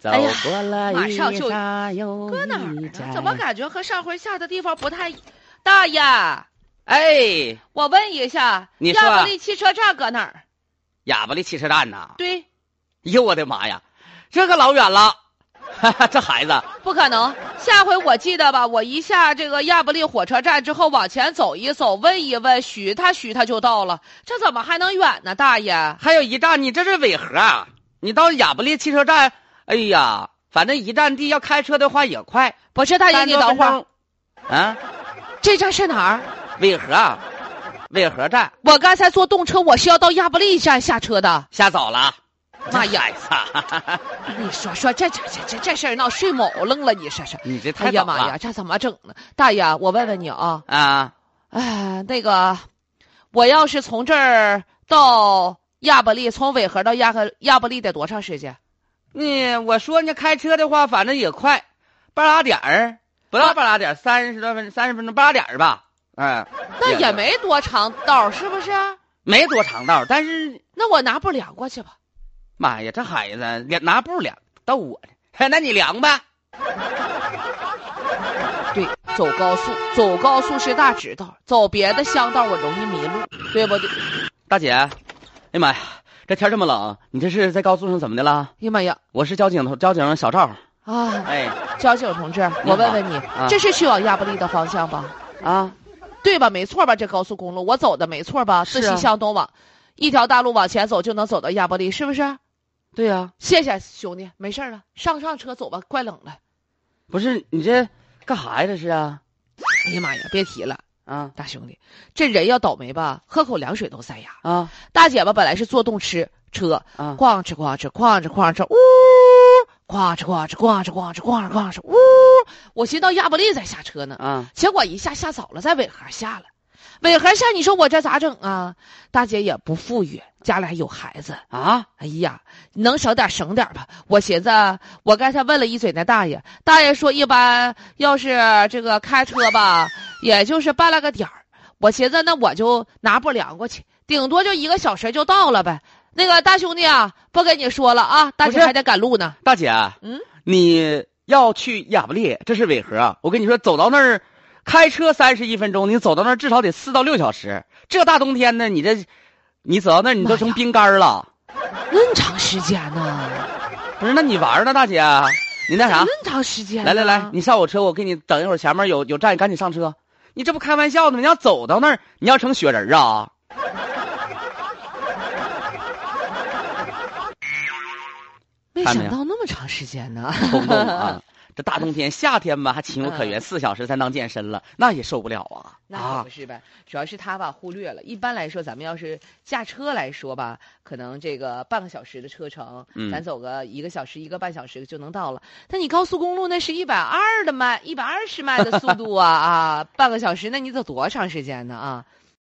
走哎呀过了马一上就山又搁哪儿一呢？寨怎么感觉和上回下的地方不太一？大爷，哎，我问一下，你说啊亚布力汽车站搁哪儿？哑巴的汽车站呐！对，哟，我的妈呀，这可老远了， 哈哈，这孩子，不可能。下回我记得吧，我一下这个亚布力火车站之后，往前走一走，问一问，许他许他就到了。这怎么还能远呢，大爷？还有一站，你这是尾盒啊！你到哑巴力汽车站，哎呀，反正一站地要开车的话也快。不是大爷，你等会儿，儿，啊，这站是哪儿？尾盒啊，尾盒站我刚才坐动车，我是要到亚布力站下车的。下早了。妈呀 哎呀，你说说这这这这这事儿闹睡毛愣了，你说说。你这太哎呀早妈了呀，这怎么整呢？大爷，我问问你啊，啊！哎，那个，我要是从这儿到亚布力，从尾河到亚克亚布力得多长时间？你我说你开车的话，反正也快，半拉点儿，不啊到半拉点儿，三十多分，三十分钟，半拉点儿吧。嗯，那也没多长道，是不是？没多长道，但是那我拿布量过去吧。妈呀，这孩子连拿布量到我呢，哎那你量呗。对，走高速，走高速是大直道，走别的乡道我容易迷路，对不对？大姐，哎呀妈呀，这天这么冷，你这是在高速上怎么的了？哎呀妈呀！我是交警头，交警小赵。啊，哎，交警同志，我问问你，啊这是去往亚布力的方向吧？啊，对吧？没错吧？这高速公路我走的没错吧？是自啊西向东往，一条大路往前走就能走到亚布力，是不是？对呀、谢谢兄弟，没事儿了，上上车走吧，快冷哎了。不是你这干啥呀？这是啊哎呀妈呀，别提了，啊大兄弟，这人要倒霉吧，喝口凉水都塞牙。啊大姐吧，本来是坐动车车，啊！哐哧哐哧哐哧哐哧，呜，哐哧哐哧哐哧哐哧哐哧哐哧，呜。我寻到亚布力再下车呢，啊，结果一下下早了，在尾河下了。尾河下，你说我这咋整啊？大姐也不富裕，家里还有孩子，啊，哎呀，能省点省点吧。我寻思，我刚才问了一嘴那大爷，大爷说一般要是这个开车吧，也就是半拉个点儿。我寻思，那我就拿步量过去，顶多就一个小时就到了呗。那个大兄弟啊，不跟你说了啊，大不姐是还得赶路呢。大姐，啊嗯，你要去亚布力，这是尾河啊。我跟你说，走到那儿，开车三十一分钟，你走到那儿至少得四到六小时。这大冬天的，你这，你走到那儿你都成妈呀冰干儿了。那么长时间呢？不是，那你玩儿呢，大姐？啊你那啥？那么长时间呢？来来来，你上我车，我给你等一会儿，前面有有站，你赶紧上车。你这不开玩笑呢吗？你要走到那儿，你要成雪人儿啊！没看想没有到那么长时间呢。轰动 啊！这大冬天，夏天吧还情有可原，四小时才当健身了，那也受不了啊！嗯那可啊不，是呗，主要是他吧忽略了。一般来说，咱们要是驾车来说吧，可能这个半个小时的车程，嗯咱走个一个小时、一个半小时就能到了。但你高速公路那是一百 二的迈，一百二十迈的速度啊啊，半个小时，那你走多长时间呢啊？